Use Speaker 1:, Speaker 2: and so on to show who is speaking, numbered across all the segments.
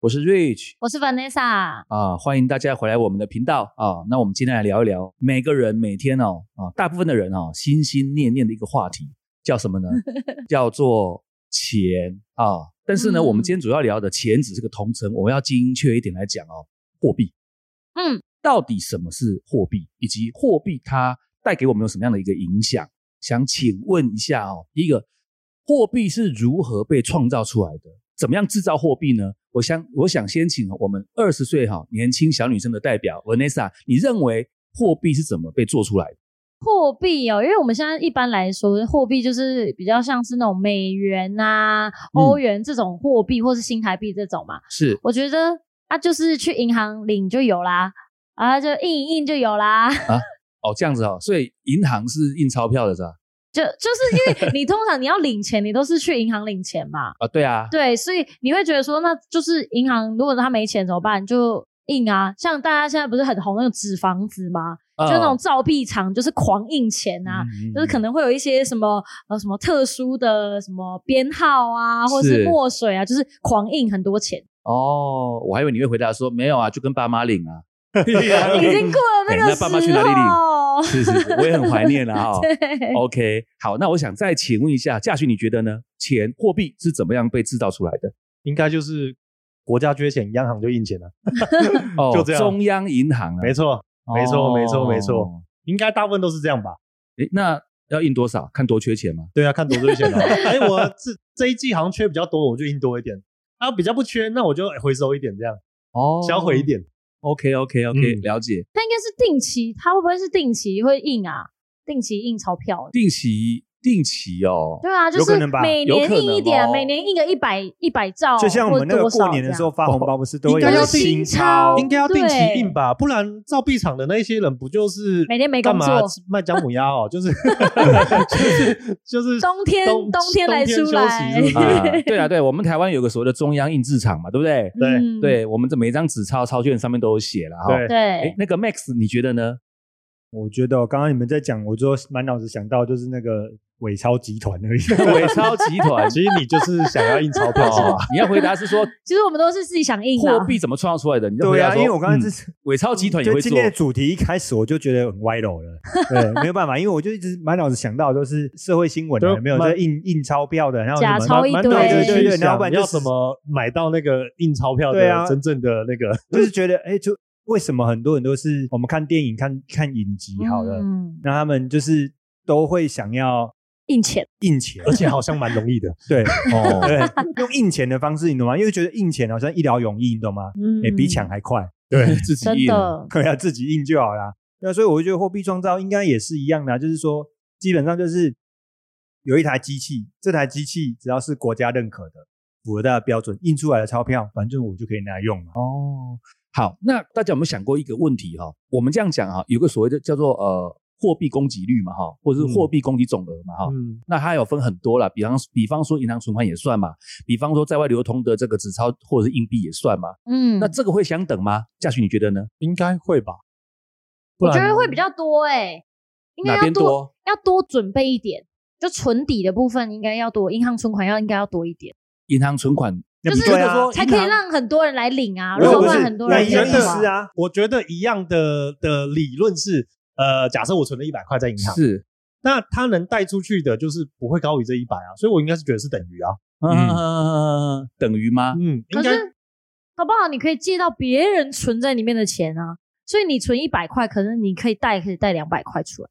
Speaker 1: 我
Speaker 2: 哦
Speaker 1: 是 Rich
Speaker 2: 我是 Vanessa，
Speaker 1: 啊，欢迎大家回来我们的频道啊。那我们今天来聊一聊每个人每天哦啊，大部分的人哦，心心念念的一个话题叫什么呢？叫做钱啊。但是呢，
Speaker 2: 嗯
Speaker 1: 我们今天主要聊的钱只是个同称，我们要精确一点来讲哦，货币
Speaker 2: 嗯，
Speaker 1: 到底什么是货币，以及货币它带给我们有什么样的一个影响？想请问一下哦，第一个，货币是如何被创造出来的？怎么样制造货币呢？我想，我想先请我们二十岁哈、年轻小女生的代表 Vanessa，你认为货币是怎么被做出来的？
Speaker 2: 货币哦，因为我们现在一般来说，货币就是比较像是那种美元啊、欧元这种货币，或是新台币这种嘛。
Speaker 1: 是
Speaker 2: 我觉得啊，就是去银行领就有啦，啊，就印一印就有啦。
Speaker 1: 哦，这样子哦，所以银行是印钞票的是吧？
Speaker 2: 就就是因为你通常你要领钱，你都是去银行领钱嘛。
Speaker 1: 啊，对啊，
Speaker 2: 对，所以你会觉得说，那就是银行如果他没钱怎么办？就印啊，像大家现在不是很红那个纸房子吗？
Speaker 1: 啊
Speaker 2: 就那种造币厂，就是狂印钱啊，
Speaker 3: 嗯
Speaker 2: 就是可能会有一些什么呃什么特殊的什么编号啊，或者是
Speaker 1: 是
Speaker 2: 墨水啊，就是狂印很多钱。
Speaker 1: 哦，我还以为你会回答说没有啊，就跟爸妈领 啊。
Speaker 2: 已经过了个
Speaker 1: 哎那
Speaker 2: 时
Speaker 1: 爸妈去哪里领
Speaker 2: 候，
Speaker 1: 是是是，我也很怀念 啊、哦。
Speaker 2: 对，
Speaker 1: OK，好，那我想再请问一下，嘉勋，你觉得呢？钱货币是怎么样被制造出来的？
Speaker 4: 应该就是国家缺钱，央行就印钱了。
Speaker 1: 哦
Speaker 4: 就这样
Speaker 1: 中央银行啊，
Speaker 4: 没错，没错
Speaker 1: 哦
Speaker 4: 没错没错。应该大部分都是这样吧？
Speaker 1: 诶，那要印多少？看多缺钱吗？
Speaker 4: 对啊，看多缺钱啊。哎，我这这一季好像缺比较多，我就印多一点。啊，比较不缺，那我就回收一点，这样
Speaker 1: 哦
Speaker 4: 销毁一。点。
Speaker 1: OK OK OK，、
Speaker 4: 嗯
Speaker 1: 了解。
Speaker 2: 那应该是定期，他会不会是定期会印啊？定期印钞票？
Speaker 1: 定期定期哦，
Speaker 2: 对啊，就
Speaker 3: 有可
Speaker 2: 是
Speaker 3: 能吧
Speaker 2: 每
Speaker 1: 有
Speaker 2: 年
Speaker 1: 可
Speaker 2: 印一
Speaker 1: 能
Speaker 2: 点，
Speaker 1: 哦
Speaker 2: 每年印个一百一百兆，
Speaker 3: 就像我们那个
Speaker 2: 或者多
Speaker 3: 过
Speaker 2: 少
Speaker 3: 年的时候
Speaker 2: 这样，
Speaker 3: 发红包，不是都会有
Speaker 4: 应该要
Speaker 3: 新
Speaker 2: 新
Speaker 3: 钞
Speaker 2: 钞？
Speaker 4: 应该要定期
Speaker 2: 对
Speaker 4: 印吧，不然造币厂的那一些人不就是
Speaker 2: 每天没
Speaker 4: 干
Speaker 2: 工
Speaker 4: 嘛
Speaker 2: 作
Speaker 4: 卖姜母鸭哦？ 就是就是就是
Speaker 2: 冬天
Speaker 4: 冬
Speaker 2: 冬天来出
Speaker 4: 冬
Speaker 2: 来
Speaker 4: 天休息是不是
Speaker 1: 啊，对啊，对，我们台湾有个所谓的中央印制厂嘛，对不对？
Speaker 4: 对
Speaker 2: 嗯，
Speaker 1: 对，我们这每一张纸钞钞券上面都有写了哈、
Speaker 4: 对
Speaker 1: 诶
Speaker 2: 对，
Speaker 1: 那个 Max，你觉得呢？
Speaker 3: 我觉得哦刚刚你们在讲，我就满脑子想到就是那个伪钞集团而已。
Speaker 1: 伪钞集团
Speaker 4: 其实你就是想要印钞票是
Speaker 1: 哦
Speaker 4: 吧？，
Speaker 1: 你要回答是说
Speaker 2: 其实我们都是自己想印啊
Speaker 1: 货币怎么创造出来的？你就回
Speaker 3: 对
Speaker 1: 答
Speaker 3: 啊，
Speaker 1: 说
Speaker 3: 因为我刚刚
Speaker 1: 嗯
Speaker 3: 这是
Speaker 1: 伪钞集团也
Speaker 3: 就
Speaker 1: 会
Speaker 3: 今
Speaker 1: 做
Speaker 3: 天的主题一开始我就觉得很歪楼 了，对，没有办法，因为我就一直满脑子想到就是社会新闻啊
Speaker 4: 对
Speaker 3: 有没有
Speaker 4: 蛮
Speaker 3: 在印印钞票的，然后
Speaker 2: 假
Speaker 3: 什
Speaker 2: 钞
Speaker 3: 么
Speaker 2: 一
Speaker 4: 满
Speaker 2: 堆
Speaker 4: 脑子
Speaker 2: 对
Speaker 3: 对
Speaker 4: 去
Speaker 3: 对然后不然
Speaker 4: 想
Speaker 3: 就
Speaker 4: 要
Speaker 3: 是
Speaker 4: 怎么买到那个印钞票
Speaker 3: 对啊
Speaker 4: 的真正的那个，
Speaker 3: 就是觉得哎，就为什么很多人都是我们看电影、看看影集好了，
Speaker 2: 嗯，
Speaker 3: 那他们就是都会想要
Speaker 2: 印钱，
Speaker 3: 印钱，
Speaker 4: 而且好像蛮容易的。
Speaker 3: 对
Speaker 1: 哦，
Speaker 3: 对，用印钱的方式，你懂吗？因为觉得印钱好像一劳永逸，你懂吗？
Speaker 2: 嗯
Speaker 3: 哎、比抢还快，
Speaker 1: 对，自己
Speaker 2: 真
Speaker 1: 印
Speaker 2: 的，
Speaker 3: 对啊，自己印就好啦。那所以我就觉得货币创造应该也是一样的啊、就是说，基本上就是有一台机器，这台机器只要是国家认可的，符合它的标准，印出来的钞票，反正我就可以拿来用嘛。
Speaker 1: 哦。好，那大家有没有想过一个问题哈、我们这样讲哈、有个所谓的叫做呃货币供给率嘛哈、或者是
Speaker 3: 嗯
Speaker 1: 货币供给总额嘛哈、
Speaker 4: 嗯，
Speaker 1: 那它有分很多啦，比方比方说银行存款也算嘛，比方说在外流通的这个纸钞或者是硬币也算嘛。
Speaker 2: 嗯，
Speaker 1: 那这个会相等吗？嘉许你觉得呢？
Speaker 4: 应该会吧？不
Speaker 2: 我
Speaker 4: 然
Speaker 2: 觉得会比较多哎，应该
Speaker 1: 哪
Speaker 2: 要
Speaker 1: 边
Speaker 2: 多
Speaker 1: 多？
Speaker 2: 要多准备一点，就存底的部分应该要多，银行存款要应该要多一点，
Speaker 1: 银行存款
Speaker 3: 那
Speaker 2: 就
Speaker 3: 不
Speaker 2: 是
Speaker 3: 对
Speaker 4: 哦
Speaker 3: 啊，
Speaker 2: 才可以让很多人来领啊，
Speaker 3: 如
Speaker 2: 如
Speaker 3: 果不
Speaker 2: 果不
Speaker 3: 是
Speaker 2: 然很多
Speaker 3: 那
Speaker 2: 人
Speaker 3: 一样
Speaker 2: 领
Speaker 3: 意
Speaker 2: 的话
Speaker 3: 思啊。
Speaker 4: 我觉得一样的的理论是，呃，假设我存了一百块在银行，
Speaker 1: 是，
Speaker 4: 那它能贷出去的，就是不会高于这一百啊，所以我应该是觉得是等于啊。
Speaker 1: 嗯，等于吗？
Speaker 4: 嗯，应
Speaker 2: 可
Speaker 4: 该
Speaker 2: 是，搞不好你可以借到别人存在里面的钱啊。所以你存一百块，可能你可以贷，可以贷两百块出来。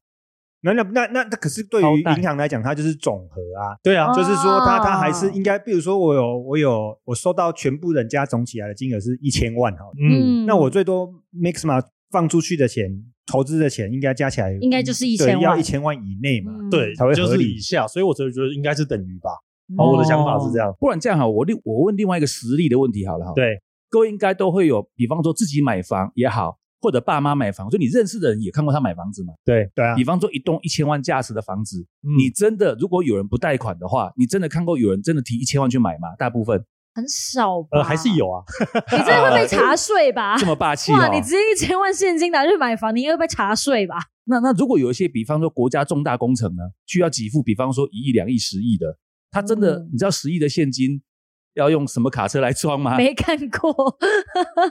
Speaker 3: 那那那那那可是对
Speaker 4: 超
Speaker 3: 于
Speaker 4: 贷
Speaker 3: 银行来讲，它就是总和啊，
Speaker 4: 对啊
Speaker 2: 哦，
Speaker 3: 就是说它它还是应该，比如说我有我有我收到全部人家总起来的金额是一千万哈，
Speaker 4: 嗯，
Speaker 3: 那我最多 Maxma 放出去的钱，投资的钱应该加起来
Speaker 2: 应该就是
Speaker 3: 对
Speaker 2: 1000万
Speaker 3: 要一千万以内嘛。
Speaker 2: 嗯
Speaker 4: 对，
Speaker 3: 才会合
Speaker 4: 就是
Speaker 3: 理
Speaker 4: 以下，所以我就觉得应该是等于吧。
Speaker 2: 嗯
Speaker 4: 哦，我的想法是这样，
Speaker 1: 不然这样哈，我另我问另外一个实例的问题好了哈。
Speaker 4: 对，
Speaker 1: 各位应该都会有，比方说自己买房也好，或者爸妈买房，就你认识的人也看过他买房子嘛。
Speaker 4: 对
Speaker 3: 对啊
Speaker 1: 比，方说一栋一千万价值的房子，
Speaker 4: 嗯
Speaker 1: 你真的如果有人不贷款的话，你真的看过有人真的提一千万去买吗？大部分
Speaker 2: 很少吧？
Speaker 4: 呃还是，有啊，
Speaker 2: 你真的会 被查税吧？
Speaker 1: 这么霸气、哦、
Speaker 2: 啊哇，你直接一千万现金拿去买房，你也会被查税吧？
Speaker 4: 啊
Speaker 1: 那那如果有一些，比方说国家重大工程呢，需要给付，比方说一亿、两亿、十亿的，他真的、
Speaker 2: 嗯
Speaker 1: 你知道十亿的现金要用什么卡车来装吗？
Speaker 2: 没看过，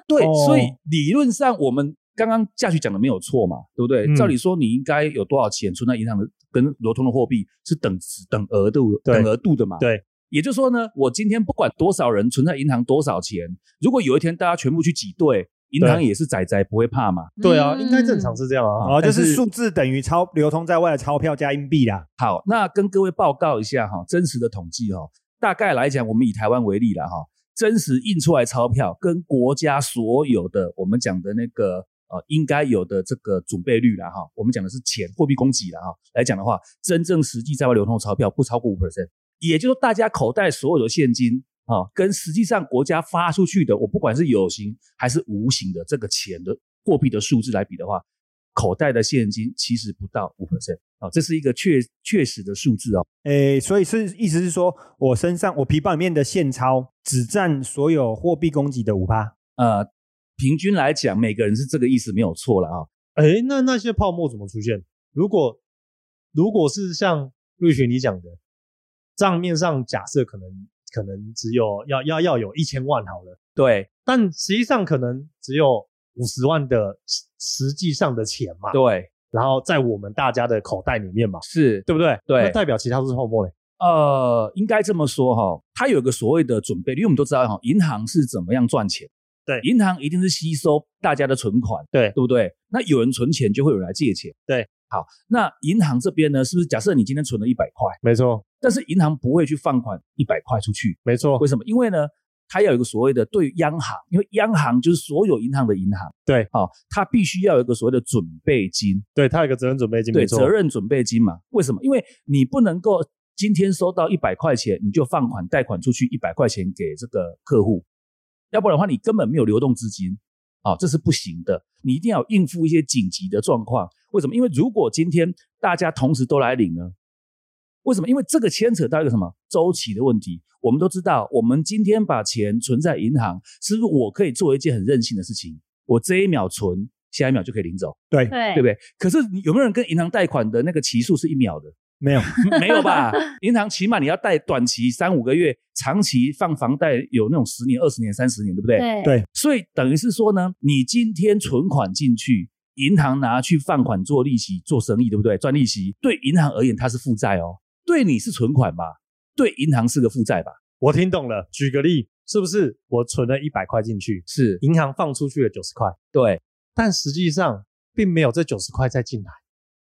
Speaker 1: 对，
Speaker 4: 哦
Speaker 1: 所以理论上我们刚刚嘉许讲的没有错嘛，对不对？
Speaker 4: 嗯
Speaker 1: 照理说你应该有多少钱存在银行的跟流通的货币是等值等额度
Speaker 4: 对
Speaker 1: 等额度的嘛？
Speaker 4: 对。
Speaker 1: 也就是说呢，我今天不管多少人存在银行多少钱，如果有一天大家全部去挤兑，银行
Speaker 4: 对
Speaker 1: 也是仔仔不会怕嘛？
Speaker 4: 对啊，应该正
Speaker 2: 嗯
Speaker 4: 常是这样
Speaker 3: 然
Speaker 4: 啊。
Speaker 3: 哦后就
Speaker 1: 但
Speaker 3: 是
Speaker 1: 是
Speaker 3: 数字等于钞流通在外的钞票加硬币啦。
Speaker 1: 好，那跟各位报告一下哈、真实的统计哈、大概来讲，我们以台湾为例了哈、真实印出来钞票跟国家所有的我们讲的那个呃应该有的这个准备率啦哈、我们讲的是钱货币供给啦哈、来讲的话，真正实际在外流通的钞票不超过五 percent，也就是说大家口袋所有的现金。啊、跟实际上国家发出去的，我不管是有形还是无形的这个钱的货币的数字来比的话，口袋的现金其实不到五 percent 啊，这是一个确确实的数字哦。
Speaker 3: 诶，所以是意思是说我身上我皮包里面的现钞只占所有货币供给的五趴。
Speaker 1: 呃，平均来讲，每个人是这个意思没有错了啊、
Speaker 4: 哎，那那些泡沫怎么出现？如果如果是像瑞雪你讲的，账面上假设可能可能只有要要要有一千万好了，
Speaker 1: 对
Speaker 4: 但实际上可能只有五十万的实实际上的钱嘛，
Speaker 1: 对
Speaker 4: 然后在我们大家的口袋里面嘛，
Speaker 1: 是，
Speaker 4: 对不对？
Speaker 1: 对
Speaker 4: 那代表其他都是泡沫嘞。
Speaker 1: 呃，应该这么说哈、它有一个所谓的准备率，因为我们都知道哈、银行是怎么样赚钱。
Speaker 4: 对
Speaker 1: 银行一定是吸收大家的存款，
Speaker 4: 对
Speaker 1: 对不对？那有人存钱，就会有人来借钱，
Speaker 4: 对。
Speaker 1: 好，那银行这边呢，是不是假设你今天存了一百块，
Speaker 4: 没错，
Speaker 1: 但是银行不会去放款一百块出去，
Speaker 4: 没错
Speaker 1: 为，什么？因为呢，它要有一个所谓的对央行，因为央行就是所有银行的银行，
Speaker 4: 对，
Speaker 1: 哦，它必须要有一个所谓的准备金，
Speaker 4: 对他有个责任准备金，
Speaker 1: 对，
Speaker 4: 没错，
Speaker 1: 责任准备金嘛。为什么？因为你不能够今天收到一百块钱，你就放款贷款出去一百块钱给这个客户，要不然的话，你根本没有流动资金。哦，这是不行的，你一定要应付一些紧急的状况。为什么？因为如果今天大家同时都来领呢，为什么？因为这个牵扯到一个什么周期的问题。我们都知道，我们今天把钱存在银行，是不是我可以做一件很任性的事情？我这一秒存，下一秒就可以领走，
Speaker 3: 对，
Speaker 2: 对
Speaker 1: 对不对？可是你有没有人跟银行贷款的那个期数是一秒的？
Speaker 3: 没有，
Speaker 1: 没有吧？银行起码你要贷短期三五个月，长期放房贷有那种十年、二十年、三十年，对不对？
Speaker 2: 对
Speaker 3: 对
Speaker 1: 所以等于是说呢，你今天存款进去，银行拿去放款做利息、做生意，对不对？赚利息，对银行而言它是负债哦，对你是存款吧？对银行是个负债吧？
Speaker 4: 我听懂了。举个例，是不是我存了一百块进去，
Speaker 1: 是
Speaker 4: 银行放出去了九十块，
Speaker 1: 对，
Speaker 4: 但实际上并没有这九十块再进来，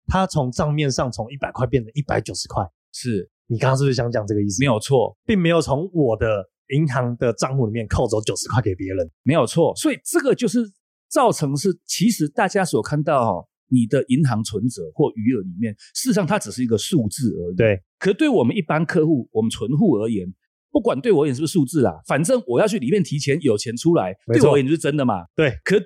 Speaker 4: 它从账面上从一百块变成一百九十块。
Speaker 1: 是
Speaker 4: 你刚刚是不是想讲这个意思？
Speaker 1: 没有错，
Speaker 4: 并没有从我的银行的账户里面扣走九十块给别人。
Speaker 1: 没有错。所以这个就是造成是，其实大家所看到哦，你的银行存折或余额里面，事实上它只是一个数字而已。
Speaker 4: 对，
Speaker 1: 可对我们一般客户，我们存户而言，不管对我而言是不是数字啦，反正我要去里面提钱，有钱出来，
Speaker 4: 没
Speaker 1: 对
Speaker 4: 错
Speaker 1: 我而言就是真的嘛。
Speaker 4: 对，
Speaker 1: 可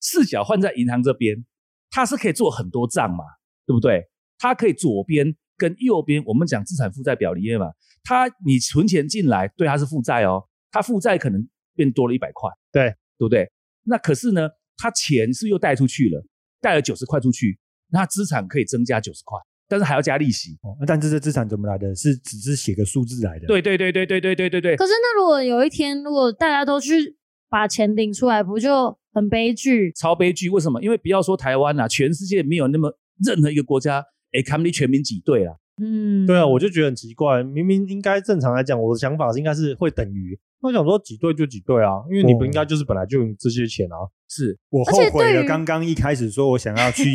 Speaker 1: 视角换在银行这边，它是可以做很多账嘛，对不对？它可以左边跟右边，我们讲资产负债表里面嘛，它你存钱进来，对它是负债哦，它负债可能变多了一百块，
Speaker 4: 对
Speaker 1: 对不对？那可是呢，它钱是又贷出去了，贷了九十块出去，那它资产可以增加九十块，但是还要加利息。
Speaker 3: 哦但是这资产怎么来的？是只是写个数字来的。
Speaker 1: 对对对对对对对对对，
Speaker 2: 可是那如果有一天，如果大家都去把钱领出来，不就很悲剧？
Speaker 1: 超悲剧。为什么？因为不要说台湾啦、全世界没有那么任何一个国家，哎，他们的全民挤兑啦。
Speaker 2: 嗯，
Speaker 4: 对啊，我就觉得很奇怪，明明应该正常来讲，我的想法是应该是会等于。那我想说几对就几对啊，因为你
Speaker 3: 哦
Speaker 4: 不应该就是本来就有这些钱啊。
Speaker 1: 是
Speaker 3: 我
Speaker 2: 而
Speaker 3: 后
Speaker 2: 且
Speaker 3: 悔
Speaker 2: 对
Speaker 3: 了，
Speaker 2: 于
Speaker 3: 刚刚一开始说我想要 去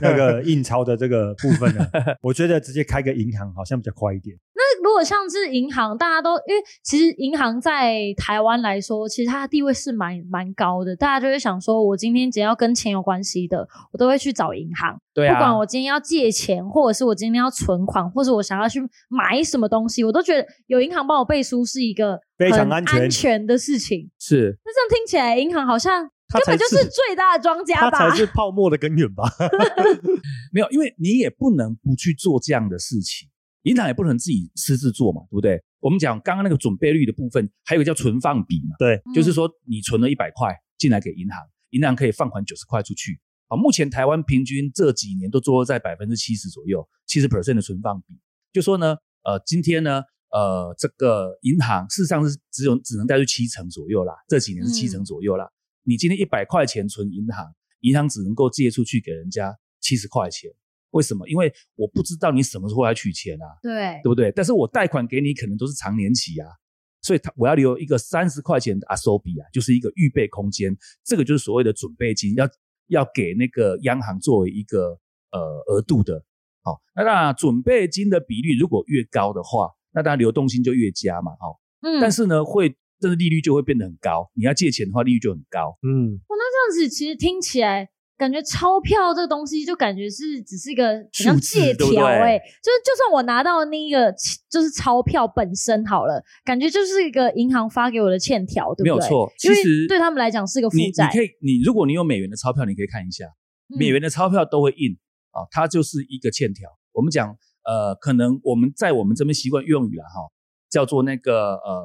Speaker 3: 那个印钞的这个部分呢，我觉得直接开个银行好像比较快一点。
Speaker 2: 如果像是银行，大家都因为其实银行在台湾来说，其实它的地位是蛮蛮高的，大家就会想说，我今天只要跟钱有关系的，我都会去找银行。
Speaker 1: 对
Speaker 2: 不管
Speaker 1: 啊，
Speaker 2: 我今天要借钱，或者是我今天要存款，或者我想要去买什么东西，我都觉得有银行帮我背书是一个
Speaker 3: 非常
Speaker 2: 很
Speaker 3: 安全
Speaker 2: 安全的事情。
Speaker 1: 是
Speaker 2: 那这样听起来，银行好像
Speaker 4: 它
Speaker 2: 根
Speaker 4: 才
Speaker 2: 本就是最大的庄家
Speaker 4: 它
Speaker 2: 吧
Speaker 4: 才？是泡沫的根源吧？
Speaker 1: 没有，因为你也不能不去做这样的事情，银行也不能自己私自做嘛，对不对？我们讲刚刚那个准备率的部分，还有一个叫存放比嘛，
Speaker 2: 嗯
Speaker 1: 就是说你存了一百块进来给银行，银行可以放款九十块出去。啊，目前台湾平均这几年都坐在百分之七十左右，七十 percent 的存放比。就说呢，呃，今天呢，呃，这个银行事实上是只有只能贷出七成左右啦，这几年是七成左右啦。你今天一百块钱存银行，银行只能够借出去给人家七十块钱，为什么？因为我不知道你什么时候来取钱啊。
Speaker 2: 对
Speaker 1: 对不对？但是我贷款给你可能都是长年期啊，所以他我要留一个三十块钱的阿收比啊，就是一个预备空间，这个就是所谓的准备金，要要给那个央行作为一个呃额度的。好、那当然准备金的比率如果越高的话，那当然流动性就越佳嘛，哦，
Speaker 2: 嗯，
Speaker 1: 但是呢会。但是利率就会变得很高，你要借钱的话，利率就很高。
Speaker 4: 嗯，
Speaker 2: 这样子其实听起来。感觉钞票这个东西，就感觉是只是一个很像
Speaker 1: 数字
Speaker 2: 借
Speaker 1: 对不
Speaker 2: 条
Speaker 1: 对
Speaker 2: 哎、就是就算我拿到那个就是钞票本身好了，感觉就是一个银行发给我的欠条，对不对？
Speaker 1: 没有错
Speaker 2: 因为
Speaker 1: 其实
Speaker 2: 对他们来讲是个负
Speaker 1: 你
Speaker 2: 债
Speaker 1: 你。可以，你如果你有美元的钞票，你可以看一下，
Speaker 2: 嗯
Speaker 1: 美元的钞票都会印啊、它就是一个欠条。我们讲呃，可能我们在我们这边习惯用语啦，哈、叫做那个呃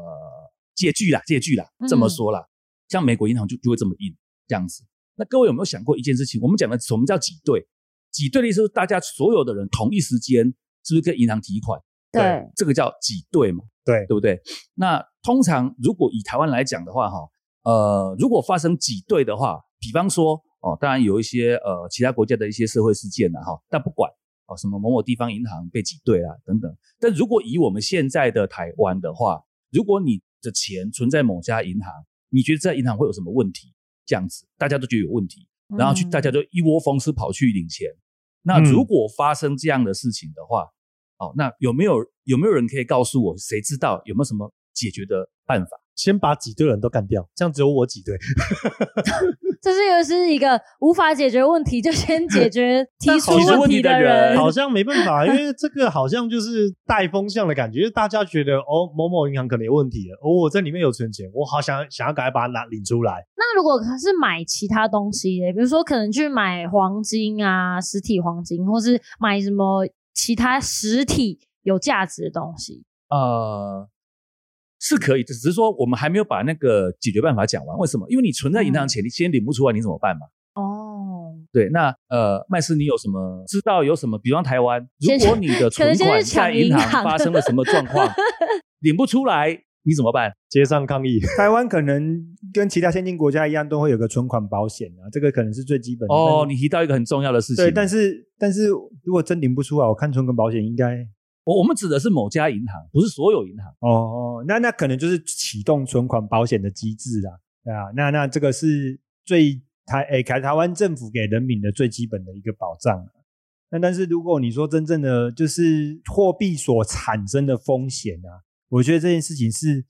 Speaker 1: 借据啦，借据啦，这么
Speaker 2: 嗯
Speaker 1: 说啦。像美国银行就就会这么印这样子。那各位有没有想过一件事情？我们讲的什么叫挤兑？挤兑的意思是大家所有的人同一时间是不是跟银行提款？
Speaker 2: 对，
Speaker 1: 这个叫挤兑嘛，
Speaker 3: 对
Speaker 1: 对不对？那通常如果以台湾来讲的话，哈，呃，如果发生挤兑的话，比方说哦，当然有一些呃其他国家的一些社会事件了哈，但不管哦，什么某某地方银行被挤兑啦啊等等，但如果以我们现在的台湾的话，如果你的钱存在某家银行，你觉得这家银行会有什么问题？这样子大家都觉得有问题，然后去大家就一窝蜂是跑去领钱。那如果发生这样的事情的话，哦，那有没有有没有人可以告诉我，谁知道有没有什么解决的办法？
Speaker 4: 先把挤兑人都干掉，这样只有我挤兑。
Speaker 2: 这是又是一个无法解决问题就先解决提出
Speaker 1: 好是
Speaker 2: 问
Speaker 1: 问题的
Speaker 2: 的
Speaker 1: 人
Speaker 3: 哎
Speaker 4: 好像没办 法，因为这个好像就是带风向的感觉，就是大家觉得哦，某某银行可能有问题了，哦，我在里面有存钱，我好想想要赶快把它拿领出来。
Speaker 2: 那如果是买其他东西的，比如说可能去买黄金啊，实体黄金，或是买什么其他实体有价值的东西，
Speaker 1: 呃，是可以的，只是说我们还没有把那个解决办法讲完。为什么？因为你存在银行钱，你先领不出来，你怎么办嘛？
Speaker 2: 哦，
Speaker 1: 对，那呃，麦斯，你有什么知道有什么？比方台湾，如
Speaker 2: 先
Speaker 1: 果你的
Speaker 2: 可
Speaker 1: 存
Speaker 2: 能先去
Speaker 1: 款
Speaker 2: 抢
Speaker 1: 在银
Speaker 2: 银
Speaker 1: 行
Speaker 2: 行
Speaker 1: 发生了什么状况，领不出来，你怎么办？
Speaker 4: 街上抗议，
Speaker 3: 台湾可能跟其他先进国家一样，都会有个存款保险啊，这个可能是最基本的。
Speaker 1: 哦，
Speaker 3: 但
Speaker 1: 你提到一个很重要的事情，
Speaker 3: 嗯对，但是但是如果真领不出来，我看存款保险应该
Speaker 1: 我我们指的是某家银行，不是所有银行。
Speaker 3: 哦哦，那那可能就是启动存款保险的机制啦，对啊，那那这个是最台
Speaker 4: 哎
Speaker 3: 诶台台湾政府给人民的最基本的一个保障啊。那但是如果你说真正的就是货币所产生的风险啊，我觉得这件事情是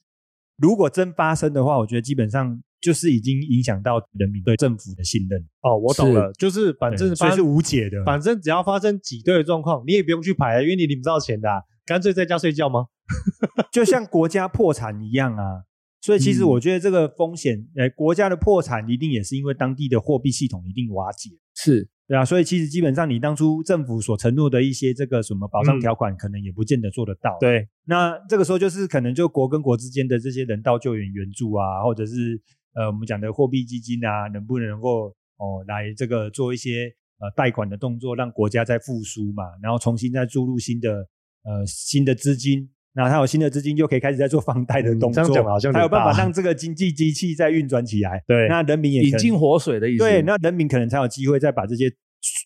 Speaker 3: 如果真发生的话，我觉得基本上就是已经影响到人民对政府的信任，
Speaker 4: 哦，我懂了，就是反正
Speaker 3: 对所以
Speaker 4: 发
Speaker 3: 是无解的。
Speaker 4: 反正只要发生挤兑的状况，你也不用去排，因为你领不到钱的啊、干脆在家睡觉吗？
Speaker 3: 就像国家破产一样啊。所以其实
Speaker 1: 嗯
Speaker 3: 我觉得这个风险，呃，国家的破产一定也是因为当地的货币系统一定瓦解，
Speaker 1: 是
Speaker 3: 对啊。所以其实基本上你当初政府所承诺的一些这个什么保障条款，可能也不见得做得到。，啊
Speaker 4: 嗯对，
Speaker 3: 那这个时候就是可能就国跟国之间的这些人道救援援助啊，或者是呃我们讲的货币基金啊，能不能够哦来这个做一些呃贷款的动作，让国家再复苏嘛，然后重新再注入新的呃新的资金。那它有新的资金，就可以开始在做放贷的
Speaker 4: 嗯
Speaker 3: 动
Speaker 4: 这
Speaker 3: 作，
Speaker 4: 样讲好像有点
Speaker 3: 还有办法
Speaker 4: 大
Speaker 3: 让这个经济机器再运转起来。
Speaker 4: 对
Speaker 3: 那人民也可
Speaker 1: 引
Speaker 3: 能
Speaker 1: 进活水的意思。
Speaker 3: 对，那人民可能才有机会再把这些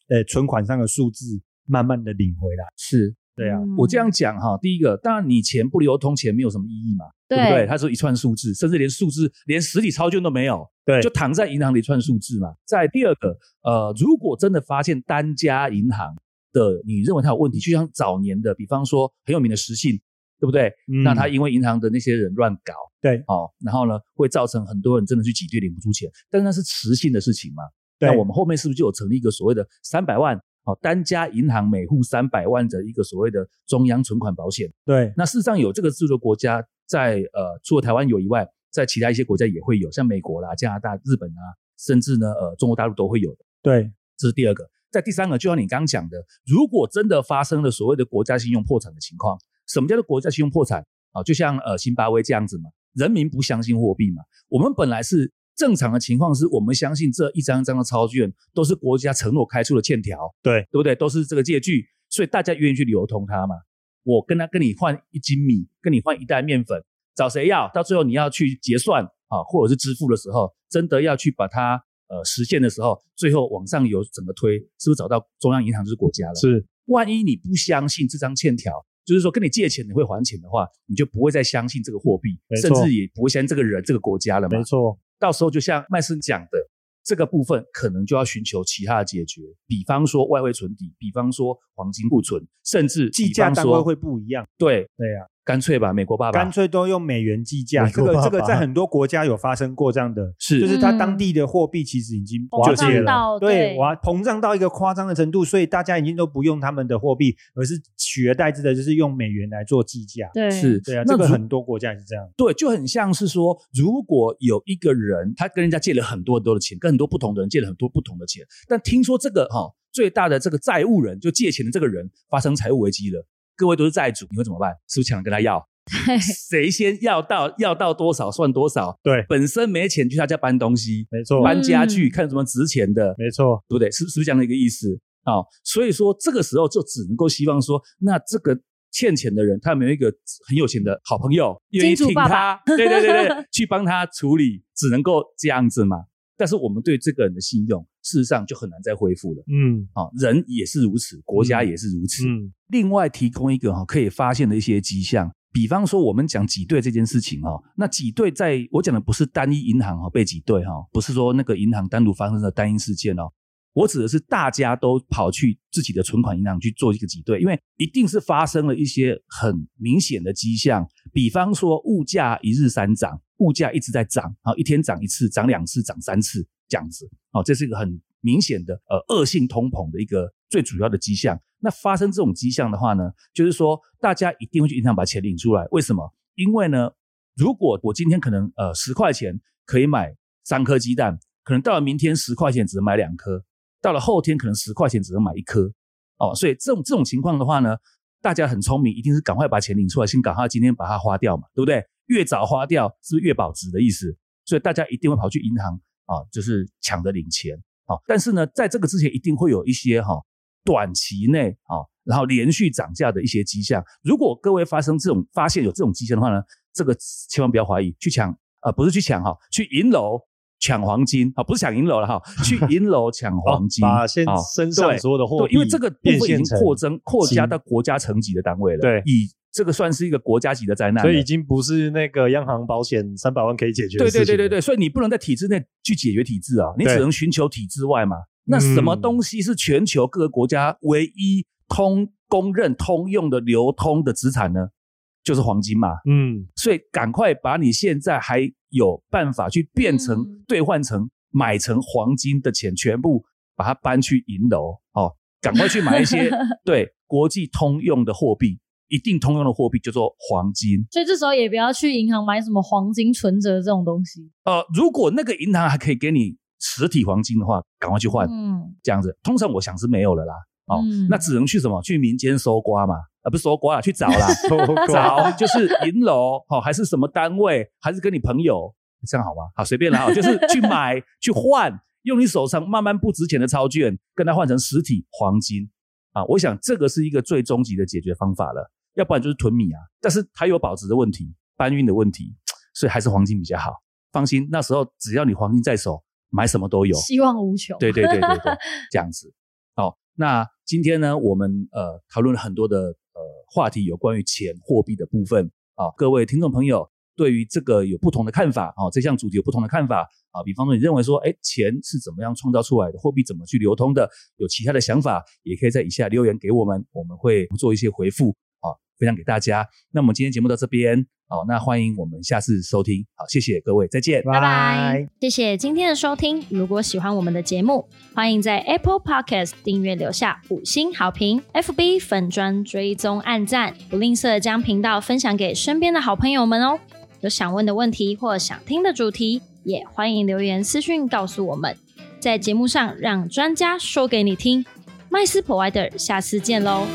Speaker 3: 呃存款上的数字慢慢的领回来。
Speaker 1: 是
Speaker 3: 对啊，
Speaker 2: 嗯
Speaker 1: 我这样讲哈，第一个，当然你钱不流通，钱没有什么意义嘛，
Speaker 2: 对
Speaker 1: 不对？它是一串数字，甚至连数字连实体钞券都没有，
Speaker 4: 对
Speaker 1: 就躺在银行的一串数字嘛。再第二个，呃，如果真的发现单家银行的你认为它有问题，就像早年的，比方说很有名的实信，对不对？
Speaker 3: 嗯
Speaker 1: 那他因为银行的那些人乱搞，
Speaker 3: 对，
Speaker 1: 哦，然后呢，会造成很多人真的去挤兑领不出钱，但是那是持性的事情嘛。
Speaker 3: 对
Speaker 1: 那我们后面是不是就有成立一个所谓的三百万哦，单家银行每户三百万的一个所谓的中央存款保险？
Speaker 3: 对
Speaker 1: 那事实上有这个制度的国家在呃，除了台湾有以外，在其他一些国家也会有，像美国啦、加拿大、日本啊，甚至呢呃中国大陆都会有的。
Speaker 3: 对
Speaker 1: 这是第二个。在第三个，就像你刚刚讲的，如果真的发生了所谓的国家信用破产的情况，什么叫做国家信用破产啊？就像呃津巴威这样子嘛，人民不相信货币嘛。我们本来是正常的情况，是我们相信这一张一张的钞券都是国家承诺开出的欠条，
Speaker 3: 对
Speaker 1: 对不对？都是这个借据，所以大家愿意去流通它嘛。我跟他跟你换一斤米，跟你换一袋面粉，找谁要？到最后你要去结算啊，或者是支付的时候，真的要去把它呃实现的时候，最后往上有整个推，是不是找到中央银行就是国家了？
Speaker 4: 是
Speaker 1: 万一你不相信这张欠条，就是说跟你借钱你会还钱的话，你就不会再相信这个货币
Speaker 4: 没，
Speaker 1: 甚
Speaker 4: 错
Speaker 1: 至也不会相信这个人、这个国家了嘛
Speaker 4: 没。错，
Speaker 1: 到时候就像麦森讲的，这个部分可能就要寻求其他的解决，比方说外汇存底，比方说黄金库存，甚至
Speaker 3: 计
Speaker 1: 比
Speaker 3: 价
Speaker 1: 方
Speaker 3: 单
Speaker 1: 说
Speaker 3: 位会不一样，
Speaker 1: 对，
Speaker 3: 对呀、
Speaker 1: 干脆吧，美国爸爸
Speaker 3: 干脆都用美元计价。
Speaker 4: 美
Speaker 3: 这
Speaker 4: 国
Speaker 3: 个这
Speaker 4: 爸
Speaker 3: 个
Speaker 4: 爸
Speaker 3: 在很多国家有发生过这样的，
Speaker 1: 是
Speaker 3: 就是它
Speaker 2: 嗯
Speaker 3: 当地的货币其实已经瓦解
Speaker 2: 膨胀
Speaker 3: 了。
Speaker 2: 到
Speaker 3: 对，
Speaker 2: 对
Speaker 3: 哇，膨胀到一个夸张的程度，所以大家已经都不用他们的货币，而是取而代之的就是用美元来做计价。
Speaker 2: 对
Speaker 1: 是，
Speaker 3: 对啊，
Speaker 1: 那
Speaker 3: 这个
Speaker 1: 如
Speaker 3: 很多国家也是这样。
Speaker 1: 对，就很像是说，如果有一个人他跟人家借了很多很多的钱，跟很多不同的人借了很多不同的钱，但听说这个哈、最大的这个债务人就借钱的这个人发生财务危机了，各位都是债主，你会怎么办？是不是抢着跟他要？谁先要到要到多少算多少？
Speaker 4: 对，哦
Speaker 1: 本身没钱去他家搬东西、
Speaker 4: 没错，
Speaker 1: 搬家具，
Speaker 2: 嗯
Speaker 1: 看有什么值钱的，
Speaker 4: 没错，
Speaker 1: 对不对？是是不是这样的一个意思啊、哦所以说这个时候就只能够希望说，那这个欠钱的人，他有没有一个很有钱的好朋友愿意
Speaker 2: 金主
Speaker 1: 挺他，
Speaker 2: 爸爸
Speaker 1: 对对对 对，去帮他处理，只能够这样子嘛。但是我们对这个人的信用，事实上就很难再恢复了
Speaker 4: 嗯
Speaker 1: 啊、哦人也是如此，国家也是如此。
Speaker 4: 嗯，
Speaker 1: 另外提供一个哈、可以发现的一些迹象，比方说我们讲挤兑这件事情哈、那挤兑在我讲的不是单一银行哈、被挤兑哈、不是说那个银行单独发生的单一事件哦，我指的是大家都跑去自己的存款银行去做一个挤兑，因为一定是发生了一些很明显的迹象，比方说物价一日三涨，物价一直在涨，啊，一天涨一次，涨两次，涨三次这样子，哦，这是一个很明显的呃恶性通膨的一个最主要的迹象。那发生这种迹象的话呢，就是说大家一定会去银行把钱领出来，为什么？因为呢，如果我今天可能呃十块钱可以买三颗鸡蛋，可能到了明天十块钱只能买两颗，到了后天可能十块钱只能买一颗哦。所以这种这种情况的话呢，大家很聪明，一定是赶快把钱领出来，先赶快今天把它花掉嘛，对不对？越早花掉是不是越保值的意思？所以大家一定会跑去银行啊、就是抢着领钱啊、但是呢，在这个之前一定会有一些哈、短期内啊、然后连续涨价的一些迹象。如果各位发生这种发现有这种迹象的话呢，这个千万不要怀疑，去抢啊，不是去抢哈、去银楼抢黄金啊、不是抢银楼了哈、去银楼抢黄金，
Speaker 4: 哦把现
Speaker 1: 啊
Speaker 4: 身上
Speaker 1: 对
Speaker 4: 所有的货
Speaker 1: 对，
Speaker 4: 币，
Speaker 1: 因为这个部分
Speaker 4: 变
Speaker 1: 已
Speaker 4: 现
Speaker 1: 经
Speaker 4: 成，
Speaker 1: 扩增扩加
Speaker 4: 金
Speaker 1: 到国家层级的单位了，
Speaker 4: 对
Speaker 1: 以这个算是一个国家级的灾难了，
Speaker 4: 所以已经不是那个央行保险三百万可以解决的
Speaker 1: 对
Speaker 4: 事情
Speaker 1: 对
Speaker 4: 了。
Speaker 1: 对对对，所以你不能在体制内去解决体制啊，你
Speaker 4: 对
Speaker 1: 只能寻求体制外嘛。那什么
Speaker 4: 嗯
Speaker 1: 东西是全球各个国家唯一通公认通用的流通的资产呢？就是黄金嘛。
Speaker 4: 嗯，
Speaker 1: 所以赶快把你现在还有办法去变成、
Speaker 2: 嗯
Speaker 1: 兑换成买成黄金的钱，全部把它搬去银楼哦，赶快去买一 些对国际通用的货币，一定通用的货币叫做黄金。
Speaker 2: 所以这时候也不要去银行买什么黄金存折这种东西。
Speaker 1: 呃，如果那个银行还可以给你实体黄金的话，赶快去换、
Speaker 2: 嗯，
Speaker 1: 这样子。通常我想是没有了啦，哦，
Speaker 2: 嗯
Speaker 1: 那只能去什么？去民间搜刮嘛，啊，不是搜刮啦，去找啦， 找就是银楼哦，还是什么单位，还是跟你朋友，这样好吗？好，随便啦，哦就是去买去换，用你手上慢慢不值钱的钞券跟它换成实体黄金啊。我想这个是一个最终极的解决方法了，要不然就是囤米啊，但是它有保值的问题，搬运的问题，所以还是黄金比较好。放心，那时候只要你黄金在手，买什么都有。
Speaker 2: 嗯希望无穷。
Speaker 1: 对对对对对，这样子。好，那今天呢，我们呃讨论了很多的呃话题，有关于钱货币的部分啊、各位听众朋友对于这个有不同的看法啊、这项主题有不同的看法啊、比方说你认为说，哎，钱是怎么样创造出来的，货币怎么去流通的，有其他的想法，也可以在以下留言给我们，我们会做一些回复啊、分享给大家。那我们今天节目到这边，好，那欢迎我们下次收听，好，谢谢各位，再见。
Speaker 2: 拜拜，谢谢今天的收听。如果喜欢我们的节目，欢迎在 Apple Podcast 订阅留下五星好评，FB 粉砖追踪按赞，不吝啬将频道分享给身边的好朋友们哦。有想问的问题或想听的主题，也欢迎留言私讯告诉我们，在节目上让专家说给你听。麦斯 Provider，下次见喽。